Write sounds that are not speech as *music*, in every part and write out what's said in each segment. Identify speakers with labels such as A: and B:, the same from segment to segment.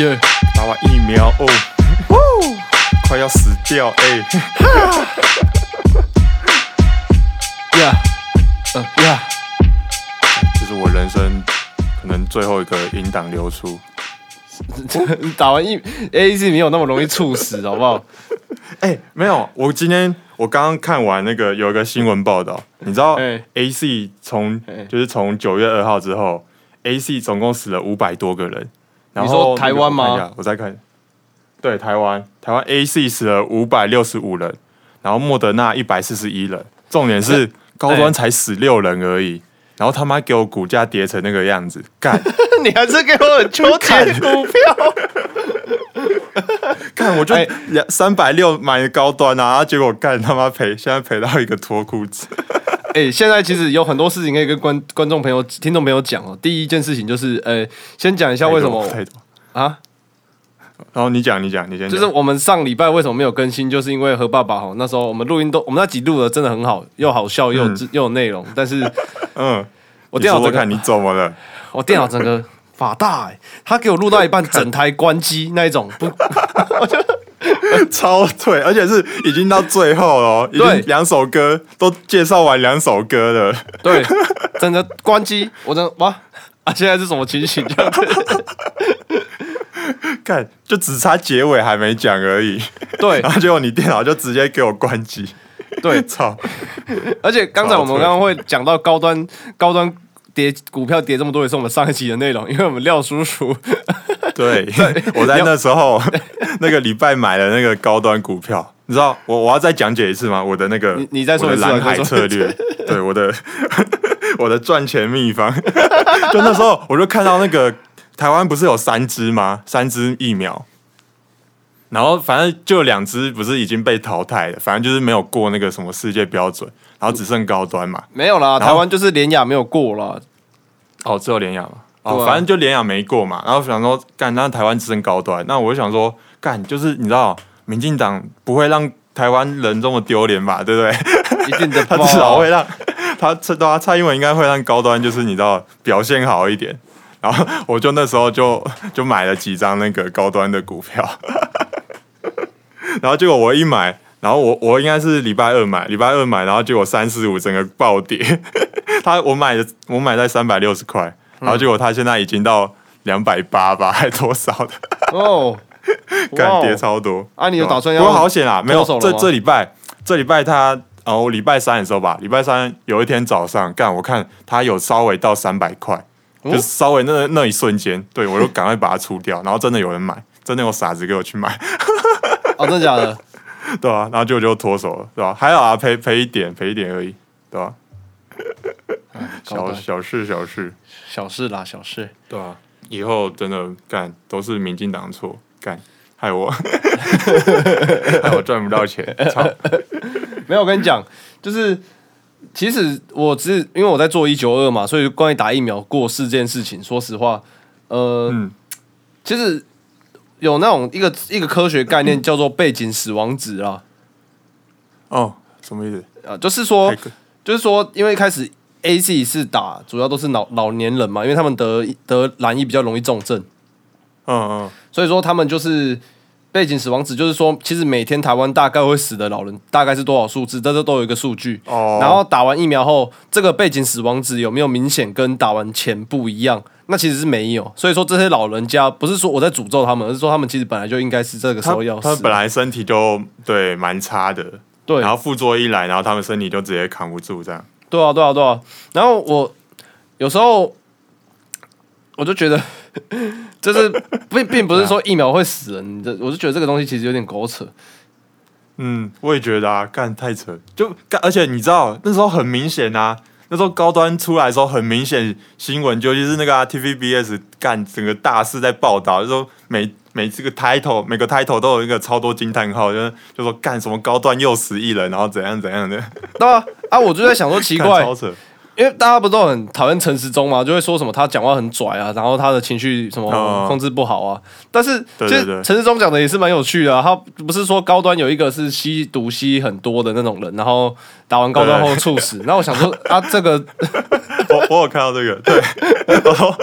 A: 耶、打完疫苗哦， *laughs* 快要死掉哎、 *laughs*
B: 呀，呃呀，
A: 这是我人生可能最后一个引档流出。
B: *laughs* 打完疫 A Z 没有那么容易猝死，好不好？
A: 哎、没有，我今天我刚刚看完那个有一个新闻报道，你知道
B: 哎
A: A C 从、
B: 哎
A: 就是从九月二号之后，A C 总共死了五百多个人。然
B: 你
A: 后
B: 说台湾吗
A: 那个我看一下我再看，对，台湾，台湾 A C 死了五百六十五人，然后莫德纳一百四十一人，重点
B: 哎
A: 是高端才死六人而已。然后他妈给我股价跌成那个样子，干
B: *laughs*
A: *laughs*
B: 你还是给我纠结股票，
A: 干，我就
B: 哎
A: 两三百六买的高端啊，然后结果干他妈赔，现在赔到一个脱裤子。
B: *laughs* 哎、现在其实有很多事情可以跟观观众朋友、听众朋友讲哦。第一件事情就是，呃，先讲一下为什么
A: 哎太多？
B: 啊，
A: 然后你讲，你讲，你先讲。
B: 就是我们上礼拜为什么没有更新，就是因为何爸爸吼，那时候我们录音都我们那集录的真的很好，又好笑又有知、又有内容，
A: *laughs*
B: 但是
A: 嗯，
B: 我
A: 你
B: 电
A: 说
B: 脑
A: 说
B: 整
A: 看
B: 个
A: 你怎么了？ *laughs*
B: 我电脑整个法大、欸，他给我录
A: *laughs*
B: 到一半，整台关机那一种，不
A: 超腿，而且是已经到最后了哦，已
B: *laughs* 对
A: 经两首歌都介绍完两首歌了。 *laughs*
B: *laughs* 对，整个关机，我真的哇啊！现在是什么情形？这样子，
A: 看，就只差结尾还没讲而已。
B: *laughs* 对
A: 然后结果你电脑就直接给我关机。
B: 对
A: 操！
B: 而且刚才我们刚刚会讲到高端 *laughs* 高端跌股票跌这么多，也是我们上一集的内容，因为我们廖叔叔
A: *laughs* 对，我在那时候 *laughs* 那个礼拜买了那个高端股票，你知道我我要再讲解一次吗？我的那个
B: 你你再说一次啊
A: 我的蓝海策略，
B: *laughs*
A: 对我的我的赚钱秘方， *laughs* 就那时候我就看到那个台湾不是有三支吗？三支疫苗。然后反正就有两支不是已经被淘汰了，反正就是没有过那个什么世界标准，然后只剩高端嘛。
B: *laughs* 没有啦，
A: 然后
B: 台湾就是联雅没有过啦。
A: 哦，只有联雅嘛。哦，
B: 对啊
A: 反正就联雅没过嘛。然后想说，干，那台湾只剩高端。那我就想说，干，就是你知道，民进党不会让台湾人这么丢脸吧？对不对？
B: 一定 *laughs* 的
A: *laughs* 他
B: 包
A: 至少会让他蔡对啊，蔡英文应该会让高端，就是你知道表现好一点。然后我就那时候就就买了几张那个高端的股票， *laughs* 然后结果我一买，然后我我应该是礼拜二买，礼拜二买，然后结果三四五整个暴跌， *laughs* 他我买的我买在三百六十块，然后结果他现在已经到两百八吧，还多少的，
B: *laughs* 哦。哇
A: 干
B: 哦
A: 跌超多。
B: 啊你有
A: 对吧
B: 打算要
A: 不过好险啊，没有
B: 脱手了
A: 这
B: 吗
A: 这礼拜这礼拜他。哦，我礼拜三的时候吧，礼拜三有一天早上，干我看他有稍微到三百块，
B: 哦
A: 就是稍微那那一瞬间，对我就赶快把它出掉，然后真的有人买，真的有傻子给我去买， *laughs*
B: 哦，真的假的？
A: 对啊，然后就就脱手了，对吧、还好啊，赔赔一点，赔一点而已，对吧、
B: 哎
A: 小
B: 高端
A: 小事小事，
B: 小事啦，小事。
A: 对啊，以后真的干都是民进党错，干害 *laughs* 我，害我赚不到钱，操！
B: 没有，我跟你讲，就是其实我只是因为我在做一九二嘛，所以关于打疫苗过世这件事情，说实话，呃，
A: 嗯
B: 其实有那种一个一个科学概念叫做背景死亡值啊，
A: 哦，什么意思？哎
B: 啊，就是说
A: 太，可
B: 就是说，因为一开始 A Z 是打主要都是老老年人嘛，因为他们得得染疫比较容易重症，
A: 嗯嗯，
B: 所以说他们就是背景死亡值，就是说，其实每天台湾大概会死的老人大概是多少数字，这这都有一个数据。
A: 哦
B: 然后打完疫苗后，这个背景死亡值有没有明显跟打完前不一样？那其实是没有。所以说这些老人家不是说我在诅咒他们，而是说他们其实本来就应该是这个时
A: 他
B: 候要
A: 他
B: 死
A: 们。本来身体就对蛮差的，
B: 对
A: 然后副作用一来，然后他们身体就直接扛不住这样。
B: 对啊，对啊，对啊。然后我有时候我就觉得， *laughs* 就是并并不是说疫苗会死人，你这我就觉得这个东西其实有点狗扯。
A: 嗯，我也觉得啊，干太扯，就干，而且你知道那时候很明显啊，那时候高端出来的时候很明显，新闻尤其是那个、啊、TVBS 干整个大事在报道，就说每每这个 title 每个 title 都有一个超多惊叹号，就是就说干什么高端又死一人，然后怎样怎样的，
B: 对啊，啊，我就在想说
A: *laughs*
B: 奇
A: 干
B: 怪
A: 超，扯，
B: 因为大家不都很讨厌陈时中嘛，就会说什么他讲话很拽啊，然后他的情绪什么
A: 嗯
B: 控制不好啊。但是
A: 对
B: 其实
A: 对对
B: 陈时中讲的也是蛮有趣的、啊，他不是说高端有一个是吸毒吸很多的那种人，然后打完高端后猝死。那我想说啊，这个 *laughs*
A: *laughs* 我我有看到这个，对，然后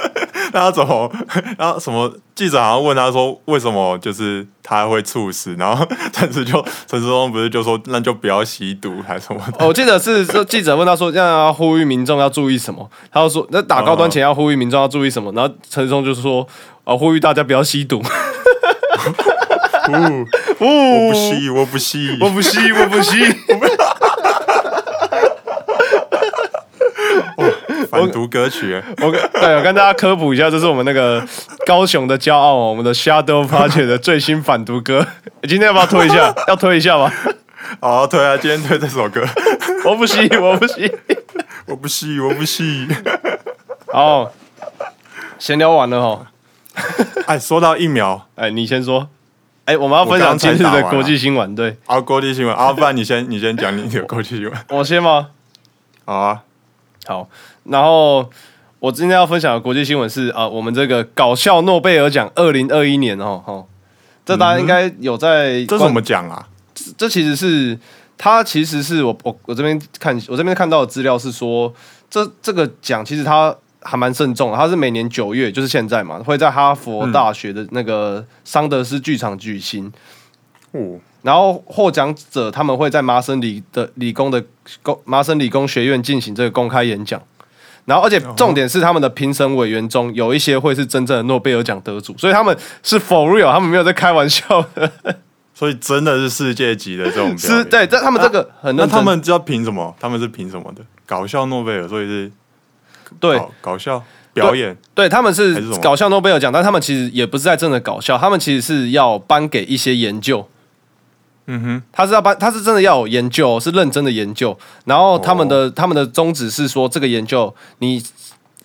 A: 那他怎么？然后什么记者好像问他说，为什么就是他会猝死？然后陈时就陈时中不是就说，那就不要吸毒还是什么的？
B: 哦我记得是说记者问他说，要呼吁民众要注意什么？他就说，那打高端前要呼吁民众要注意什么？然后陈松就说，啊、呼吁大家不要
A: *laughs*
B: 吸毒。
A: 不， *laughs* 我不吸，我不吸，
B: 我不吸，我不吸。
A: 反毒歌 *laughs* 曲。
B: 我跟对，我跟大家科普一下，这是我们那个高雄的骄傲，哦我们的 Shadow Project 的最新反毒歌。 *laughs* 今天要不要推
A: *laughs*
B: 一下？要推一下吗？
A: 好，推啊，今天推这首歌。
B: 我不吸，我不吸。
A: *laughs* 我不吸，我不吸。
B: 哦，闲聊完了哈，
A: *laughs* 哎，说到疫苗，
B: 哎，你先说。哎，我们要分享今日
A: 我刚才
B: 的
A: 打完啊
B: 国际新闻，对
A: 啊，国际新闻，啊，不然你先，你先讲你的国际新闻。 *laughs*
B: 我先吗？
A: 好啊，
B: 好，然后我今天要分享的国际新闻是啊、呃我们这个搞笑诺贝尔奖二零二一年哦，哦，这大家应该有在
A: 嗯这
B: 关
A: 怎么讲啊？
B: 这其实是它其实是我我我这边看我这边看到的资料是说，这这个奖其实它还蛮慎重的，它是每年九月就是现在嘛，会在哈佛大学的那个桑德斯剧场举行。
A: 哦，
B: 然后获奖者他们会在麻省理的理工的工麻省理工学院进行这个公开演讲，然后而且重点是他们的评审委员中有一些会是真正的诺贝尔奖得主，所以他们是 for real，他们没有在开玩笑的，
A: 所以真的是世界级的这种表
B: 是
A: 演。
B: 对，这他们这个很
A: 那
B: 认真，
A: 他们知道凭什么？他们是凭什么的？搞笑诺贝尔，所以是
B: 对
A: 搞搞笑表演
B: 对他们是
A: 还是什么
B: 搞笑诺贝尔奖，但他们其实也不是在真的搞笑，他们其实是要颁给一些研究。
A: 嗯哼，
B: 他是要颁，他是真的要有研究，是认真的研究。然后他们
A: 哦
B: 的、他们的宗旨是说，这个研究你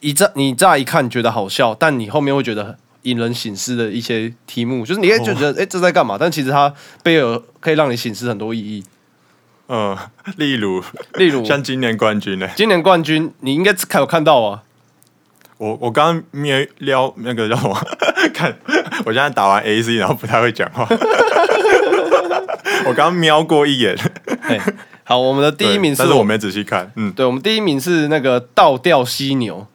B: 一乍你乍一看觉得好笑，但你后面会觉得引人省思的一些题目，就是你会就觉
A: 哦
B: 得哎、诶这在干嘛？但其实它背后有可以让你省思很多意义。
A: 嗯、 *laughs* 例如
B: 例如
A: 像今年冠军呢、
B: 今年冠军，你应该看有看到啊，
A: 我我刚刚瞄撩那个叫什么？ *laughs* 看，我现在打完 A C，然后不太会讲
B: *laughs*
A: 话。我刚刚瞄过一
B: *laughs*
A: 眼，
B: 哎、好，我们的第一名
A: 对
B: 是
A: 但是我没仔细看。嗯，
B: 对我们第一名是那个倒吊犀牛，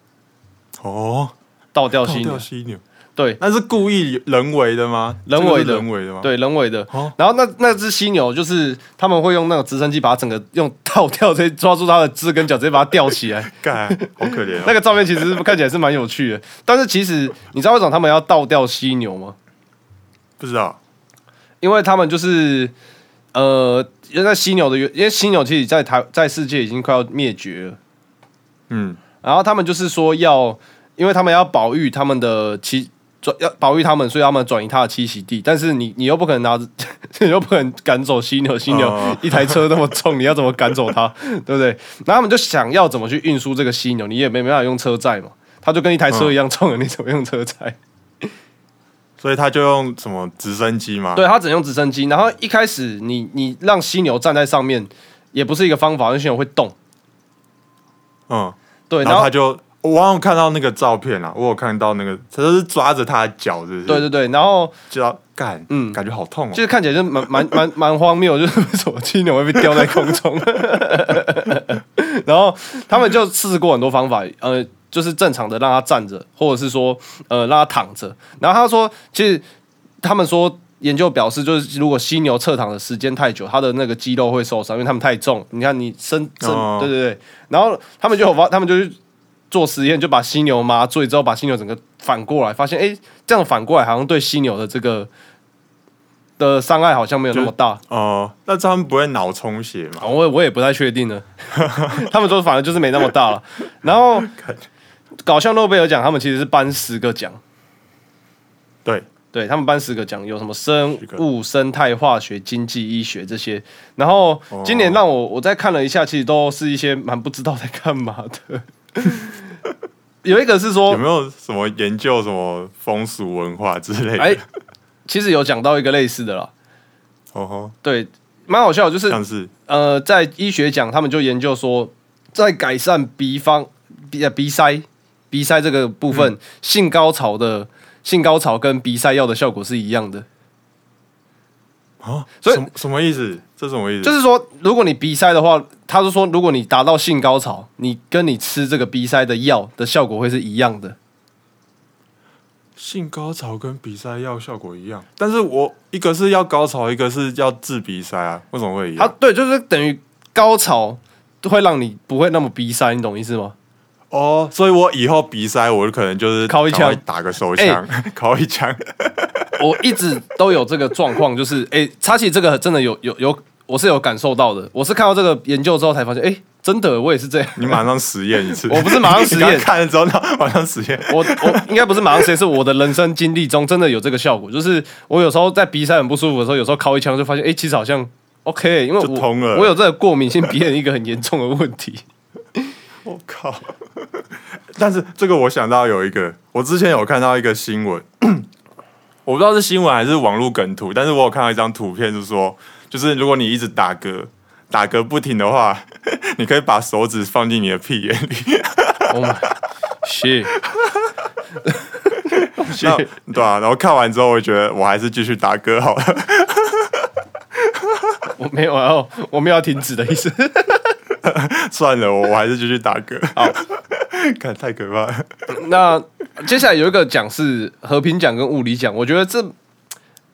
A: 哦，
B: 倒吊
A: 倒
B: 犀
A: 吊
B: 牛，
A: 犀牛，
B: 对，
A: 那是故意人为的吗？
B: 人为的
A: 这个是人为的吗？，
B: 对，人为的。
A: 哦
B: 然后那那只犀牛就是他们会用那种直升机把它整个用倒吊，直接抓住它的肢跟脚，直接把它吊起
A: *laughs*
B: 来。
A: 干，好可怜、
B: *laughs* 那
A: 哦。
B: 个照片其实看起来是蛮有趣的，但是其实你知道为什么他们要倒吊犀牛吗？
A: 不知道，
B: 因为他们就是呃，因为那犀牛的原，因为犀牛其实在台在世界已经快要灭绝了，
A: 嗯，
B: 然后他们就是说要，因为他们要保育他们的栖，转要保育他们，所以他们转移它的栖息地。但是你你又不可能拿着， *laughs* 你又不可能赶走犀牛，犀牛、
A: 哦
B: 一台车那么重，你要怎么赶走它，对不对？然后他们就想要怎么去运输这个犀牛，你也没没办法用车载嘛，它就跟一台车一样重了，你怎么用车
A: 嗯
B: 载？
A: 所以他就用什么直升机嘛？
B: 对，它只能用直升机。然后一开始你你让犀牛站在上面也不是一个方法，因为犀牛会动。
A: 嗯，
B: 对，
A: 然后他就，我好像看到那个照片啦，我有看到那个，他就是抓着他的脚，是不是？
B: 对对对，然后
A: 就要干，
B: 嗯
A: 嗯，感觉好痛哦
B: 就。是看起来就蛮蛮蛮蛮荒谬，就是为什么犀牛会被吊在空中？ *laughs* 然后他们就试过很多方法，呃，就是正常的让它站着，或者是说呃让它躺着。然后他说，其实他们说研究表示，就是如果犀牛侧躺的时间太久，它的那个肌肉会受伤，因为它们太重。你看你身身，
A: 哦
B: 对对对。然后他们就有发，他们就去做实验，就把犀牛麻醉之后，把犀牛整个反过来，发现哎、诶这样反过来好像对犀牛的这个的伤害好像没有那么大。
A: 哦、那他们不会脑充血
B: *laughs*
A: 吗？
B: 啊我也我也不太确定了，他们说反正就是没那么大了。然后
A: 看
B: 搞笑诺贝尔奖，他们其实是颁十个奖，
A: 对，
B: 对他们颁十个奖，有什么生
A: 10个
B: 物、生态、化学、经济、医学这些。然后
A: 哦
B: 今年让我我再看了一下，其实都是一些蛮不知道在干嘛的。 *laughs* 有一个是说
A: 有，没有什么研究什么风俗文化之类的？
B: 哎、其实有讲到一个类似的啦，
A: 哦吼，
B: 对，蛮好笑的，就是
A: 像是
B: 呃，在医学奖，他们就研究说，在改善鼻方鼻呃鼻塞鼻塞这个部
A: 嗯
B: 分，性高潮的性高潮跟鼻塞药的效果是一样的。
A: 啊，
B: 所以
A: 什么什么意思？这什么意思？
B: 就是说，如果你鼻塞的话，他是说，如果你达到性高潮，你跟你吃这个鼻塞的药的效果会是一样的。
A: 性高潮跟鼻塞药效果一样，但是我一个是要高潮，一个是要治鼻塞啊，为什么会一
B: 啊
A: 样？，
B: 对，就是等于高潮会让你不会那么鼻塞，你懂意思吗？
A: 哦，所以我以后鼻塞，我可能就是
B: 靠一枪
A: 赶
B: 哎
A: 快打个手枪， *laughs* 靠一枪。
B: 我一直都有这个状况，就是哎，插起这个真的有有有，我是有感受到的。我是看到这个研究之后才发现，哎，真的我也是这样。
A: 你马上实验一次，
B: 我不是马上实验
A: *laughs* 你刚看了之后，那马上实验。
B: 我我应该不是马上谁，是我的人生经历中真的有这个效果。就是我有时候在鼻塞很不舒服的时候，有时候敲一枪就发现，哎、其实好像 OK，因为我
A: 就通了
B: 我有这个过敏性鼻炎一个很严重的问题。
A: 我靠！ *laughs* 但是这个我想到有一个，我之前有看到一个新
B: *coughs*
A: 闻，我不知道是新闻还是网络梗图，但是我有看到一张图片，是说，就是如果你一直打嗝，打嗝不停的话， *laughs* 你可以把手指放进你的屁眼里，
B: *laughs* Oh my
A: *laughs*
B: shit！
A: 那对啊，然后看完之后，我觉得我还是继续打嗝好了。 *laughs*
B: 我没有要，我没有要停止的意思。
A: 算了，我我还是继续打嗝。 *laughs* 看太可怕了。
B: *laughs* 那接下来有一个奖是和平奖跟物理奖，我觉得这，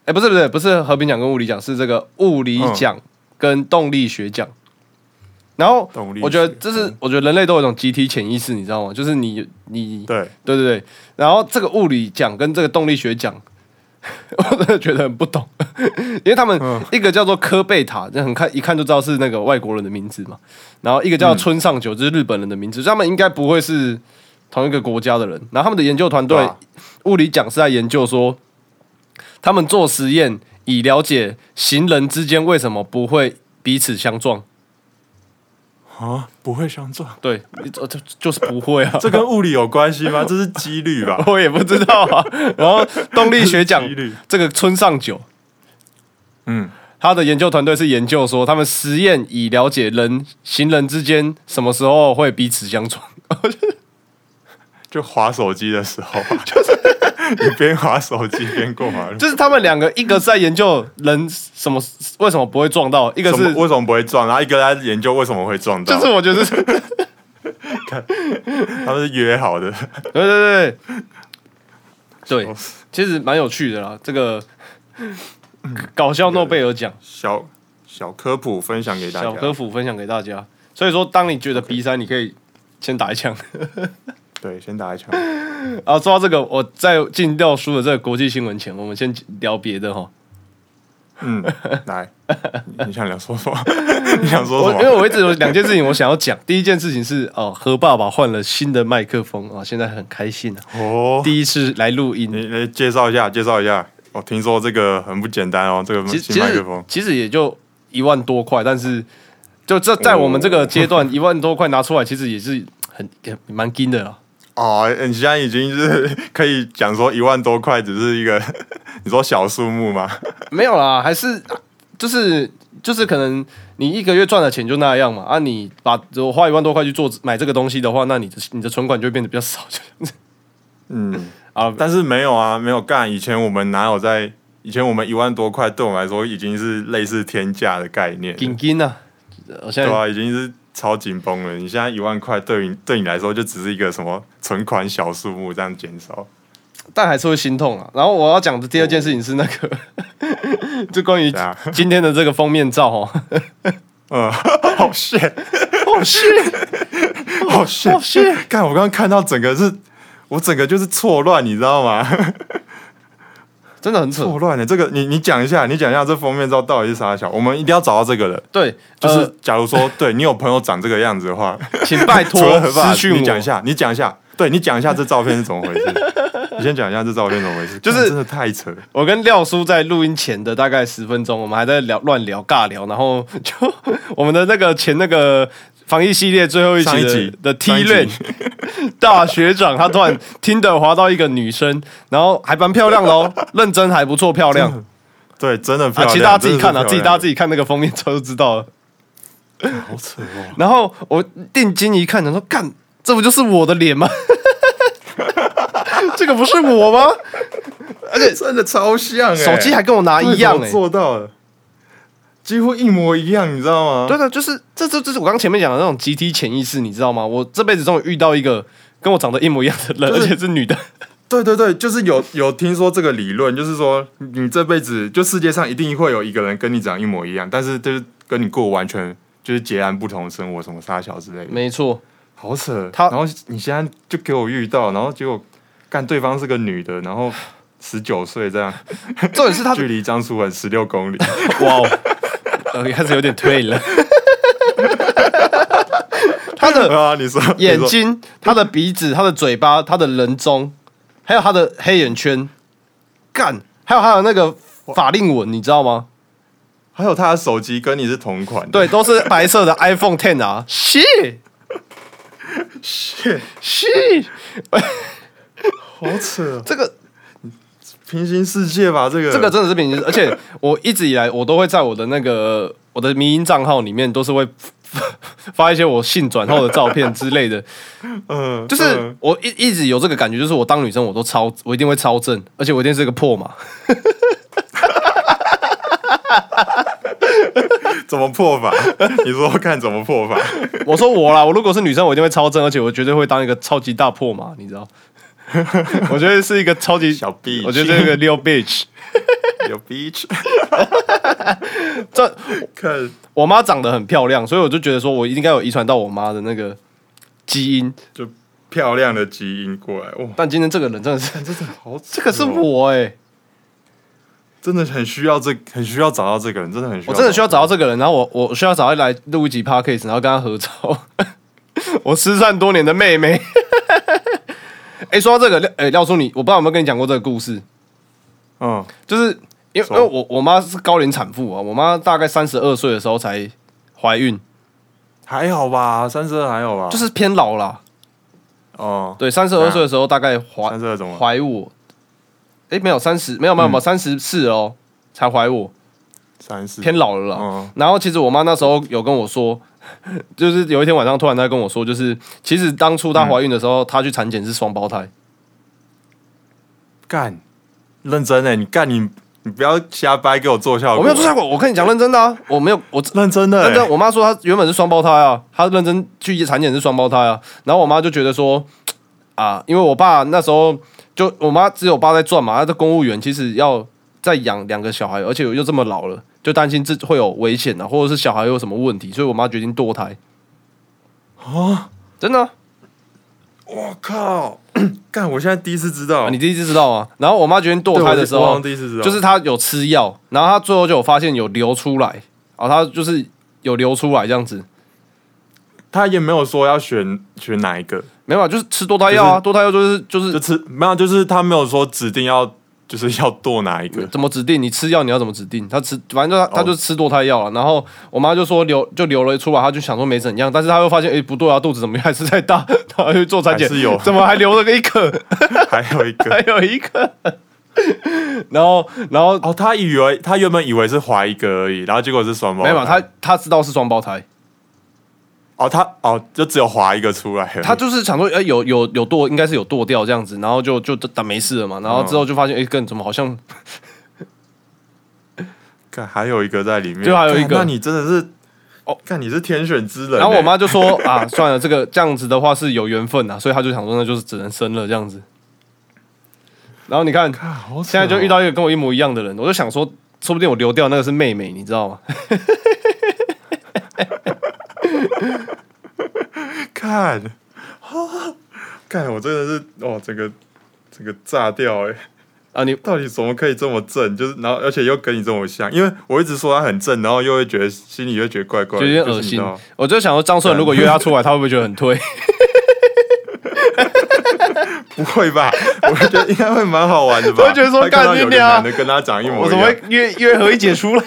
B: 哎、不是不是不是和平奖跟物理奖，是这个物理
A: 嗯
B: 奖跟动力学奖。然后
A: 动力学嗯
B: 我觉得这是，我觉得人类都有一种集体潜意识，你知道吗？就是你你
A: 对，
B: 对对对，然后这个物理奖跟这个动力学奖， *laughs* 我真的觉得很不懂， *laughs* 因为他们
A: 嗯
B: 一个叫做科贝塔，这很看一看就知道是那个外国人的名字嘛，然后一个叫村上久，就是日本人的名字，所以他们应该不会是同一个国家的人。然后他们的研究团队、
A: 对啊
B: 物理奖是在研究说，他们做实验以了解行人之间为什么不会彼此相撞。
A: 啊，不会相撞，
B: 对，就就就是不会啊，
A: *laughs* 这跟物理有关系吗？这是几率吧？
B: 我也不知道啊。然后动力学奖
A: 几率
B: 这个村上久，
A: 嗯，
B: 他的研究团队是研究说，他们实验以了解人行人之间什么时候会彼此相撞。
A: 就划手机的时候，
B: *laughs*
A: 就是你边划手机边过马路。
B: 就是他们两个，一个是在研究人什么为什么不会撞到，一个
A: 什
B: 是
A: 么为什么不会撞？然后一个在研究为什么会撞到，
B: 就是我觉
A: *laughs*
B: 得是对
A: 他们是约好的。
B: 对对对，对，其实蛮有趣的啦。这个搞笑诺贝尔奖，
A: 小
B: *laughs*
A: 小科普分享给大
B: 小
A: 家。
B: 科普分享给大家。所以说，当你觉得鼻塞，你可以先打一枪。
A: 对，先打一枪。
B: 啊，说到这个，我在进料书的这个国际新闻前，我们先聊别的哈。 *laughs*
A: 嗯，来，你你想聊说什么？你想说
B: 我
A: 什
B: 因为
A: 么？
B: 我一直有两件事情我想要讲，第一件事情是哦，何爸爸换了新的麦克风啊、现在很开心啊，
A: 哦，
B: 第一次来录音。
A: 你来介绍一下，介绍一下。我听说这个很不简单哦，这个
B: 其实
A: 新
B: 其
A: 麦克
B: 实
A: 风。
B: 其实也就一万多块，但是就这在我
A: 哦
B: 们这个阶段，一万多块拿出来，其实也是很也蛮金的啊啦。
A: 哦，你现在已经是 *laughs* 可以讲说一万多块只是一个，你说小数目吗？
B: 没有啦，还是就是就是可能你一个月赚的钱就那样嘛，啊，你把我花一万多块去做买这个东西的话，那你的你的存款就会变得比较少，就这样子
A: 嗯
B: 啊
A: 但是没有啊，没有干。以前我们哪有在？以前我们一万多块对我们来说已经是类似天价的概念了，
B: 紧紧啊！我现
A: 对
B: 在、
A: 啊，已经是超紧绷了。你现在一万块对你对你来说就只是一个什么存款小数目这样减少。
B: 但还是会心痛啊。然后我要讲的第二件事情是那个， *laughs* 就关于
A: 对啊
B: 今天的这个封面照哦。
A: 嗯， *laughs* 好炫，
B: *laughs* 哦，是
A: 好炫，
B: 好炫！
A: *laughs* 看哦我刚刚看到整个是，我整个就是错乱，你知道吗？ *laughs*
B: 真的很扯。
A: 错乱的、这个你你讲一下，你讲一下这封面照到底是啥小？我们一定要找到这个人。
B: 对，
A: 就
B: 就是是、
A: 假如说，对你有朋友长这个样子的
B: *laughs*
A: 话，
B: 请拜
A: 除了
B: 托
A: 合法，
B: 私讯
A: 你讲
B: 我
A: 一。下，你讲一下，对你讲一下这照片是怎么回
B: *laughs*
A: 事？你先讲一下这照片怎么回事？
B: 就是
A: 干真的太扯了，
B: 我跟廖叔在录音前的大概十分钟，我们还在聊乱聊尬聊，然后就我们的那个前那个防疫系列最后一
A: 上
B: 集
A: 一
B: 的
A: 集
B: 的 T
A: 上一集
B: n *laughs* 大学长，他突然听的滑到一个女生，然后还蛮漂亮的
A: *laughs*
B: 哦，认真还不错，漂亮。
A: 对，真的漂
B: 啊，
A: 亮。
B: 其实大家自己看啊，自己大家自
A: 己
B: 己看那个封面照就知道了。
A: 好扯哦，
B: 然后我定睛一看，想说，干，这不就是我的
A: *laughs*
B: 脸吗？这个不是我吗？
A: 而且真的超像、欸，
B: 手机还跟我拿一样
A: 对
B: 哎、
A: 做到了，几乎一模一样，你知道吗？
B: 对的，就是这这这是我刚前面讲的那种集体潜意识，你知道吗？我这辈子终于遇到一个跟我长得一模一样的人，
A: 就是
B: 而且是女的。
A: 对对对，就是有有听说这个理论，就是说你这辈子就世界上一定会有一个人跟你长一模一样，但是就是跟你过完全就是截然不同的生活，什么沙小之类的，
B: 没错，
A: 好扯。
B: 他
A: 然后你现在就给我遇到，然后结果干对方是个女的，然后十九岁这样，
B: 重点是 *laughs* 他
A: 距离张书文十六公 *laughs* 里，
B: 哇哦， *laughs* 呃，开始有点退 *laughs* 了。他的
A: 啊，你说你
B: 眼
A: 说
B: 睛、他的鼻子、他的嘴巴、他的人中，还有他的黑眼圈，干，还有他的那个法令纹，你知道吗？
A: 还有他的手机跟你是同款的，
B: 对，都是白色的 iPhone Ten 啊， *laughs* 是
A: 对，
B: 是，
A: 好扯哦，
B: *laughs* 这个
A: 平行世界吧，这个
B: 这个真的是平时，而且我一直以来我都会在我的那个我的迷音账号里面都是会发一些我性转后的照片之类的，
A: 嗯，
B: 就是
A: 嗯
B: 我一一直有这个感觉，就是我当女生我都超，我一定会超正，而且我一定是个破嘛，
A: 怎么破 *laughs* 法？你说看怎么破法？
B: *laughs* 我说我啦，我如果是女生，我一定会超正，而且我绝对会当一个超级大破马，你知道？ *laughs* 我觉得是一个超级
A: 小 bitch
B: 我觉得是一个 real bitch。
A: 有 bitch，
B: 这
A: 看
B: 我妈长得很漂亮，所以我就觉得说我应该有遗传到我妈的那个基因。
A: 就漂亮的基因过来，哇，
B: 但今天这个人真的是，
A: 看真的好扯哦，
B: 这
A: 这
B: 个是我哎、
A: 真的很需要这，很需要找到这个人，真的很需要，
B: 我真的需要找到这个人，然后我我需要找他来录一集 podcast，然后跟他合照。 *laughs* 我失散多年的妹妹。 *laughs* 哎、说到这个，哎、廖叔你，我不知道有没有跟你讲过这个故事。
A: 嗯，
B: 就是因为因
A: 说
B: 为我我妈是高龄产妇啊，我妈大概三十二岁的时候才怀孕，
A: 还好吧，三十二还好吧，
B: 就是偏老啦。
A: 哦，
B: 对，三十二岁的时候大概怀
A: 三十二嗯怎么了？
B: 怀我，诶，没有三十，没有没有没有三十四哦，才怀我，
A: 三十
B: 偏老了啦。
A: 嗯
B: 然后其实我妈那时候有跟我说， *laughs* 就是有一天晚上突然在跟我说，就是其实当初她怀孕的时候，她去产检是双胞胎。
A: 干，认真哎，你干你你不要瞎掰，给我做效果，
B: 我没有做效果，我跟你讲认真的啊，我没有我
A: 认真的
B: 认真，
A: 欸，
B: 我妈说她原本是双胞胎啊，她认真去产检是双胞胎啊，然后我妈就觉得说啊，因为我爸那时候就我妈只有爸在赚嘛，她的公务员其实要再养两个小孩，而且又这么老了，就担心这会有危险啊，或者是小孩有什么问题，所以我妈决定堕胎。
A: 啊，
B: 真的啊、
A: 我靠， *clears throat* 干，我现在第一次知道，
B: 啊你第一次知道吗？然后我妈决定堕
A: 哦对
B: 胎
A: 我
B: 的
A: 第
B: 时
A: 我好
B: 候
A: 像，第一次知道，
B: 就是她有吃药，然后她最后就有发现有流出来，啊，她就是有流出来这样子，
A: 他也没有说要选选哪一个，
B: 没有啊，就是吃堕胎药啊，堕胎药就是就是
A: 就吃没有，就是他没有说指定要就是要剁哪一 *laughs* 个，
B: 怎么指定？你吃药你要怎么指定？他吃，反正就他他
A: 哦
B: 就吃堕胎药了。啊然后我妈就说流就流了出来，她就想说没怎样，但是她又发现哎、诶不对啊，肚子怎么还是在大，然后去做产检
A: 还是有，
B: 怎么还留了个一颗， *laughs*
A: 还有一
B: 还
A: *laughs* 个
B: 有一颗。 *laughs* 然后然后、
A: 哦，他以为他原本以为是怀一个而已，然后结果是双胞
B: 没
A: 胎，
B: 有，她她知道是双胞胎，
A: 哦他哦就只有划一个出来而已，
B: 她就是想说哎、诶有有有堕，应该是有堕掉这样子，然后就就当没事了
A: 嗯
B: 嘛。然后之后就发现哎、诶更怎么好像
A: 看还有一个在里面，
B: 就还有一个
A: 干那你真的是
B: 哦
A: 哦，看你是天选之人欸，
B: 然后我妈就说
A: *laughs*
B: 啊，算了，这个这样子的话是有缘分啊，所以她就想说那就是只能生了这样子。然后你看，
A: 干好扯哦
B: 现在就遇到一个跟我一模一样的人，我就想说，说不定我流掉那个是妹妹，你知道吗？ *laughs*
A: 看，哦 *laughs* 看我真的是哦这个这个炸掉哎、
B: 啊，你
A: 到底怎么可以这么正？就是然后而且又跟你这么像，因为我一直说他很正，然后又会觉得心里又觉得怪怪
B: 就
A: 的，
B: 有
A: 就
B: 点
A: 是
B: 恶
A: 你知
B: 心
A: 道。
B: 我就想说，张顺如果约她出来，她会不会觉得很
A: *laughs*
B: 推？
A: 不会吧？ *laughs* 我觉得应该会蛮好玩的吧。
B: *laughs* 我会觉得说
A: 他看到
B: 干你
A: 有个
B: 娘
A: 男的跟他长一模
B: *laughs* 我
A: 一
B: 怎么
A: 样
B: 会，约约何一姐出来？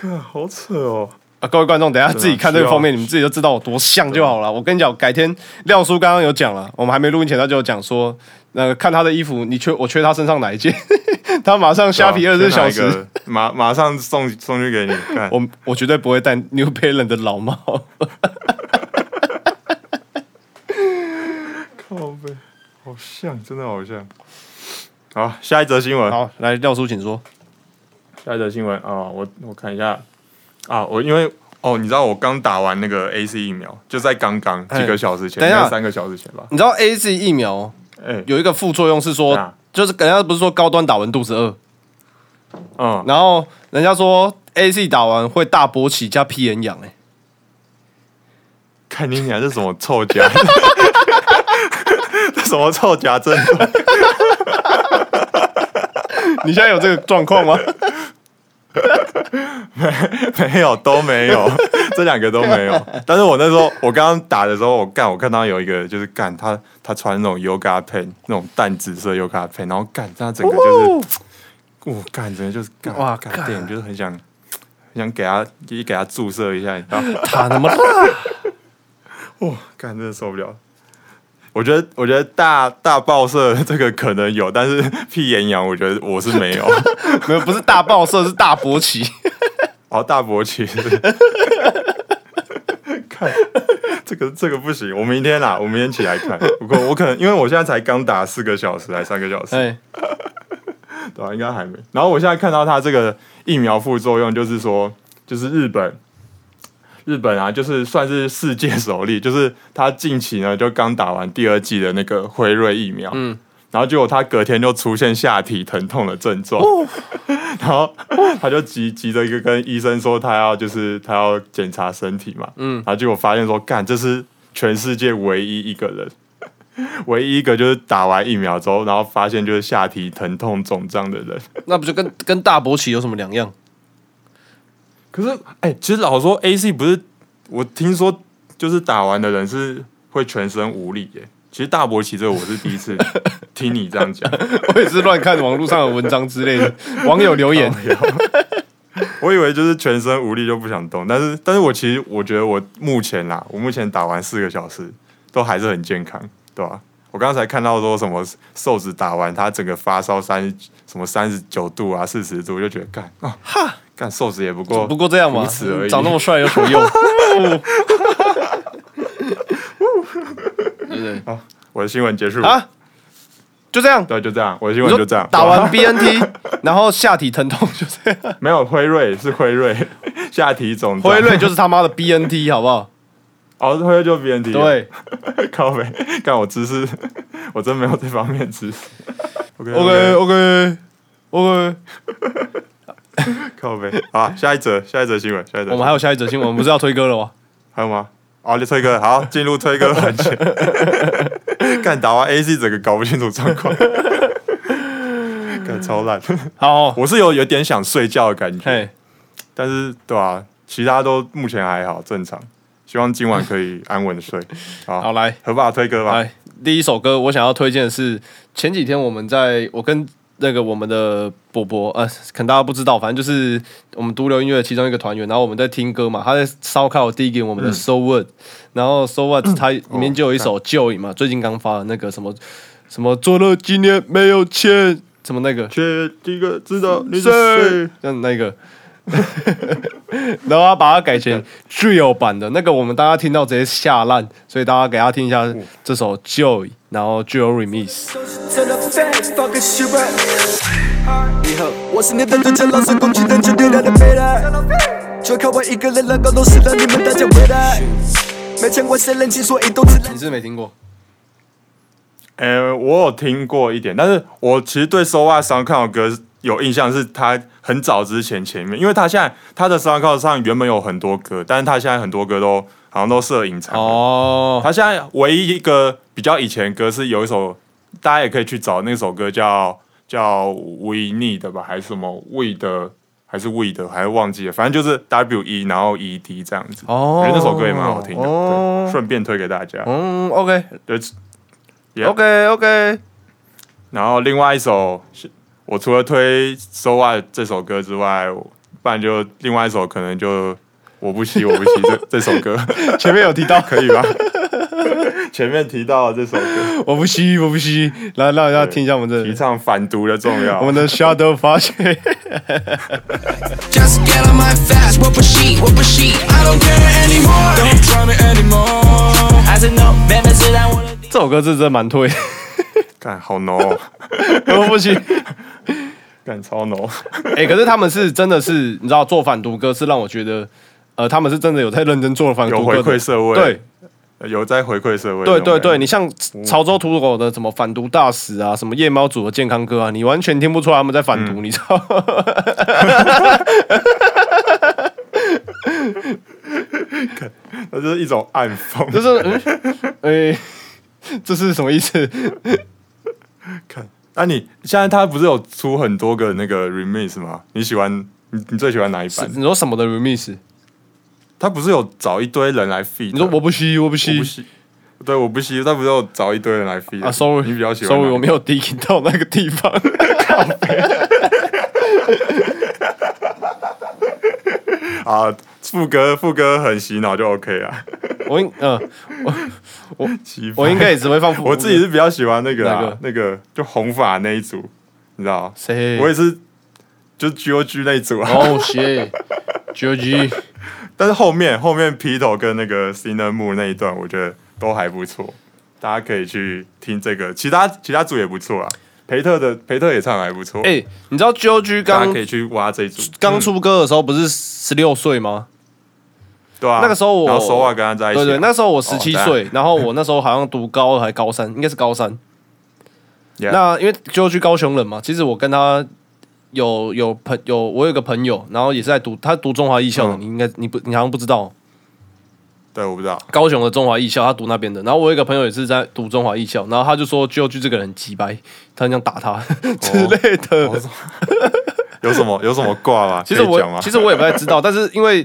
A: 看好扯哦。
B: 啊，各位观众，等一下自己看这个
A: 需要啊
B: 封面，你们自己就知道我多像就好了。我跟你讲，改天廖叔刚刚有讲了，我们还没录音前他就有讲说，那个看他的衣服，你缺我缺他身上哪一件， *laughs* 他马上虾皮二十四小
A: 啊先拿一
B: 时，
A: 个，马马上送送去给你看。
B: 我我绝对不会戴 New Balance 的老
A: *laughs*
B: 帽。
A: 靠背，好像，真的好像。好，下一则新闻。
B: 好，来廖叔，请说。哦
A: 下一则新闻啊、我我看一下啊，我因为哦，你知道我刚打完那个 A C 疫苗，就在刚刚
B: 哎
A: 几个小时前，
B: 等一下
A: 应该三个小时前吧。
B: 你知道 A Z 疫苗哦
A: 哎，
B: 有一个副作用是说，
A: 啊
B: 就是人家不是说高端打完肚子饿，
A: 嗯，
B: 然后人家说 A Z 打完会大勃起加屁眼痒、欸，
A: 看你俩这什么臭家， *laughs* 这什么臭家症？
B: 你现在有这个状
A: *laughs*
B: 况吗？
A: 没有，都没有，这两个都没有。但是我那时候，我刚刚打的时候，我干，我看到有一个就是干他，他穿那种 yoga pant，那种淡紫色 yoga pant，然后干他整个就是，我干，整个就是干，
B: 哇
A: 哇，
B: 干
A: 干，电影就是很想，很想给他，就是给他注射一下，你知道吗？ *laughs*
B: 他他妈的！
A: 哇，干，真的受不了。我觉得，我觉得大大报社这个可能有，但是 *laughs* 屁眼痒，我觉得我是没有。
B: 没有，不是大报社，是大勃起。
A: 哦，大勃起 *laughs* 是不是。看这个这个不行，我明天啦，我明天起来看。不过我可能因为我现在才刚打四个小时，还三个小时，
B: *laughs* 哎，
A: 对啊吧、应该还没。然后我现在看到它这个疫苗副作用，就是说，就是日本，日本啊，就是算是世界首例，就是他近期呢就刚打完第二季的那个辉瑞疫苗，嗯，然后结果他隔天就出现下体疼痛的症状，然后他就急急着一个跟医生说他要就是他要检查身体嘛，嗯，然后结果发现说干这是全世界唯一一个人。唯一一个就是打完疫苗之后，然后发现就是下体疼痛肿胀的人，
B: 那不就跟跟大勃起有什么两样？
A: 可是，哎、其实老实说，A C 不是我听说，就是打完的人是会全身无力耶。其实大勃起这个我是第一
B: *laughs*
A: 次听你这样讲，
B: *laughs* 我也是乱看网络上的文章之类的，网友留 *laughs* 言。
A: 我以为就是全身无力就不想动，但是，但是我其实我觉得我目前啦，我目前打完四个小时都还是很健康，对吧、我刚才看到说什么瘦子打完他整个发烧三什么三十九度啊四十度，就觉得干啊哈干瘦子也不过
B: 哦不过这样 *laughs* 嘛
A: 如此而，已
B: 长那么帅有什么用？对不
A: 好，我的新闻结束
B: 对？ *laughs* 啊，就这样。
A: 对，就这样，我的新
B: 你
A: 闻
B: 说
A: 就这样。*laughs*
B: 打完 BNT，然后下体疼痛就这样。 *laughs*
A: 没有辉瑞是辉瑞， *laughs* 下体肿胀
B: 辉瑞就是他妈的 BNT，好不好？
A: 哦，辉瑞就 BNT
B: 对
A: *laughs* 靠北，干我知识， *laughs* 我真没有这方面知
B: *laughs*
A: 识。OK
B: ，OK OK OK。
A: 靠北，好啊，下一则，下一则新闻，下一则，
B: 我们还有下一则新闻，我们不是要推歌了吗？
A: 还有吗？哦，就推歌，好，进入推歌环节。干打完 AC 整个搞不清楚状
B: *laughs*
A: 况，干超烂。
B: 好，
A: 我是有有点想睡觉的感觉，
B: 嘿，
A: 但是对啊，其他都目前还好，正常。希望今晚可以安稳的
B: *laughs*
A: 睡。好，
B: 好来。
A: 合法推歌吧。
B: 来，第一首歌我想要推荐的是前几天我们在我跟那个我们的伯伯，呃，可能大家不知道，反正就是我们独流音乐的其中一个团员，然后我们在听歌嘛，他在烧烤递给我
A: 嗯
B: 们的 So What，、然后 So What 它里面就有
A: 哦
B: 一首 Joy 嘛，最近刚发的那个什么什么做了几年没有钱，什么那个
A: 确定个知道你是
B: 是
A: 谁？
B: 嗯，那个， *laughs* 然后他把它改成 drill 版的那个，我们大家听到直接吓烂，所以大家给大家听一下这首 Joy，然后 Drill Remix。
C: 真的 facts talking shit right。以后我是你的最强老师，攻击人群力量的背带。就靠我一个人让高都市让你们大家回来。没见过谁人情所以哎都自然
B: 你。是没听过？
A: 呃，我有听过一点，但是我其实对 So What 上看的歌有印象，是他很早之前前面，因为他现在他的 SoundCloud 上原本有很多歌，但是他现在很多歌都好像都设隐藏。哦，
B: 哦，
A: 他现在唯一一个比较以前的歌是有一首，大家也可以去找那首歌叫叫 We Need 的吧，还是什么 We 的。还是 We 的，还是忘记了，反正就是 W E，然后 E D 这样子。
B: 哦
A: 我觉得那首歌也蛮好听的，
B: 哦
A: 对顺便推给大家。
B: 嗯，OK
A: 对 Yeah
B: OK OK，
A: 然后另外一首是，我除了推《So What》这首歌之外，我不然就另外一首可能就我不惜我不惜这 *laughs* 这首歌
B: 前面有提到， *laughs*
A: 可以吧？ *laughs* 前面提到的这首歌，
B: 我不吸，我不吸，来让大家听一下我们
A: 提
B: 的
A: 倡反毒的重要。
B: 我们的 Shadow 发现。
D: Just get on my fast. What was she? What was she? I don't care anymore. Don't try me anymore. I said no, never said I wanna.
B: 这首歌是真的 *laughs* 蛮推，
A: 干好 no，哦 *laughs*
B: 我不吸。
A: 干超 no。
B: 哎、可是他们是真的是，你知道做反毒歌是让我觉得，呃，他们是真的有在认真做反
A: 有
B: 毒
A: 回
B: 哥的
A: 馈社会，
B: 对，
A: 有在回馈社会这
B: 对
A: 种感觉。
B: 对对，你像
A: 嗯
B: 潮州土狗的什么反毒大使啊，什么夜猫组的健康哥啊，你完全听不出来他们在反
A: 嗯
B: 毒，你知道？
A: 那 *laughs* 就是一种暗讽，
B: 就是嗯，哎，这是什么意 *laughs* 思？
A: 看。那、你现在他不是有出很多个那个 remix 吗？你喜欢你你最喜欢哪一版？
B: 你说什么的 remix？
A: 他不是有找一堆人来 feed？
B: 你说我不吸，我不吸
A: 我不吸，对，我不吸，他不是有找一堆人来 feed
B: 啊？Sorry，
A: 你比较喜欢哪一
B: Sorry，
A: 个
B: 我没有 digging 到那个地方。 *laughs*
A: 啊，副歌副歌很洗脑就 OK 啊。
B: 我应嗯，
A: 奇葩
B: 我应该也
A: *laughs*
B: 只会放副歌。
A: 我自
B: *laughs*
A: 己是比较喜欢那个
B: 哪
A: 啊
B: 个，
A: 那个就红发那一组，你知道吗？
B: 谁？
A: 我也是，就 G O G 那一组啊。
B: 哦，shit。Georgie，
A: *laughs* 但是后面后面皮头跟那个 c i n a m o 那一段，我觉得都还不错，大家可以去听这个。其他其他组也不错啊，培特的培特也唱得还不错。
B: 哎、你知道 Georgie
A: 大
B: 刚
A: 家可以去挖这一组。
B: 刚出歌的时候不是十六岁吗？
A: 对啊，
B: 那个时候我
A: 然后手啊跟他在一起啊、
B: 对对，那时候我十
A: 哦
B: 七
A: 对啊
B: 岁，然后我那时候好像读高二还高三，应该是高三。
A: Yeah
B: 那因为就去高雄人嘛，其实我跟他有有朋有我有个朋友，然后也是在读他读中华艺校的，
A: 嗯
B: 你应该你不你好像不知道
A: 对我不知道，
B: 高雄的中华艺校，他读那边的。然后我有一个朋友也是在读中华艺校，然后他就说 j o 这个人很鸡掰，他很想打
A: 哦
B: 他 *laughs* 之类的。
A: 有什 *laughs* 么有什么挂吗？
B: 其实
A: 可以讲吗
B: 我其实我也不太知道，但是因为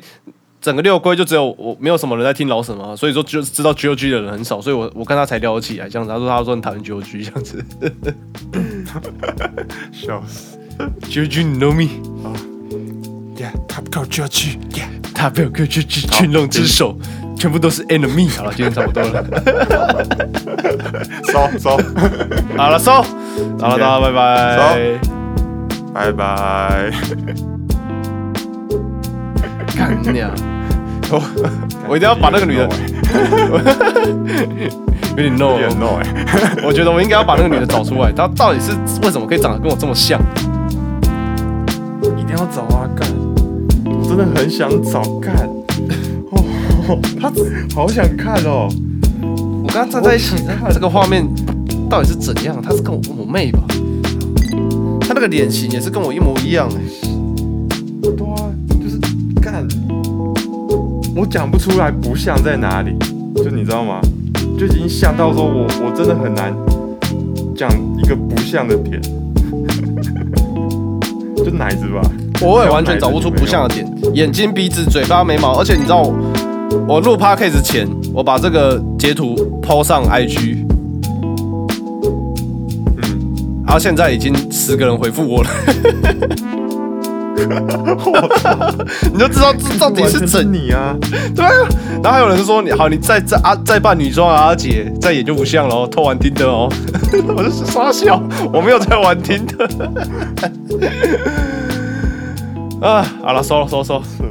B: 整个六龟就只有我没有什么人在听老沈嘛，所以说就知道 G O G 的人很少，所以我我跟他才聊得起来这样子。他说他说很讨厌 G O G 这样子
A: *laughs* 笑死。Oh.
B: ，G O G 你 know me，
A: Yeah，Top Girl G O G，Yeah。
B: 他被我 G O G 群龙之首，全部都是
A: *laughs*
B: enemy。好了，今天差不多了，
A: *laughs* 收收，
B: 好了收，好了大家拜拜。
A: 拜拜。
B: 干你娘！我我一定要把那个女的 *laughs* 有点 no，
A: 哦
B: 哦
A: 有点弄哎、
B: 我觉得我应该要把那个女的找出来，她到底是为什么可以长得跟我这么像？
A: 一定要找啊！干，我真的很想找干。哦，他好想看哦。
B: 我跟他站在一起，这个画面到底是怎样？他是跟我我妹吧？他那个脸型也是跟我一模一样哎、
A: 对啊，就是干，我讲不出来不像在哪里，就你知道吗？就已经像到说我我真的很难讲一个不像的点， *laughs* 就奶子吧。
B: 我也完全找不出不像的点，眼睛、鼻子、嘴巴、眉毛，而且你知道我，我录 podcast 前，我把这个截图 PO 上 IG，
A: 嗯，
B: 然后啊现在已经十个人回
A: *laughs*
B: 复我了，你就知道这到底
A: 完全
B: 是
A: 是
B: 怎
A: 你啊？
B: 对啊，然后还有人说你好，你再再啊再扮女装啊，阿姐再演就不像了哦，偷玩听的哦， *laughs* 我 *laughs* 就是傻笑，我没有在玩 *laughs* 听的。啊，好了，收了收收。
A: 是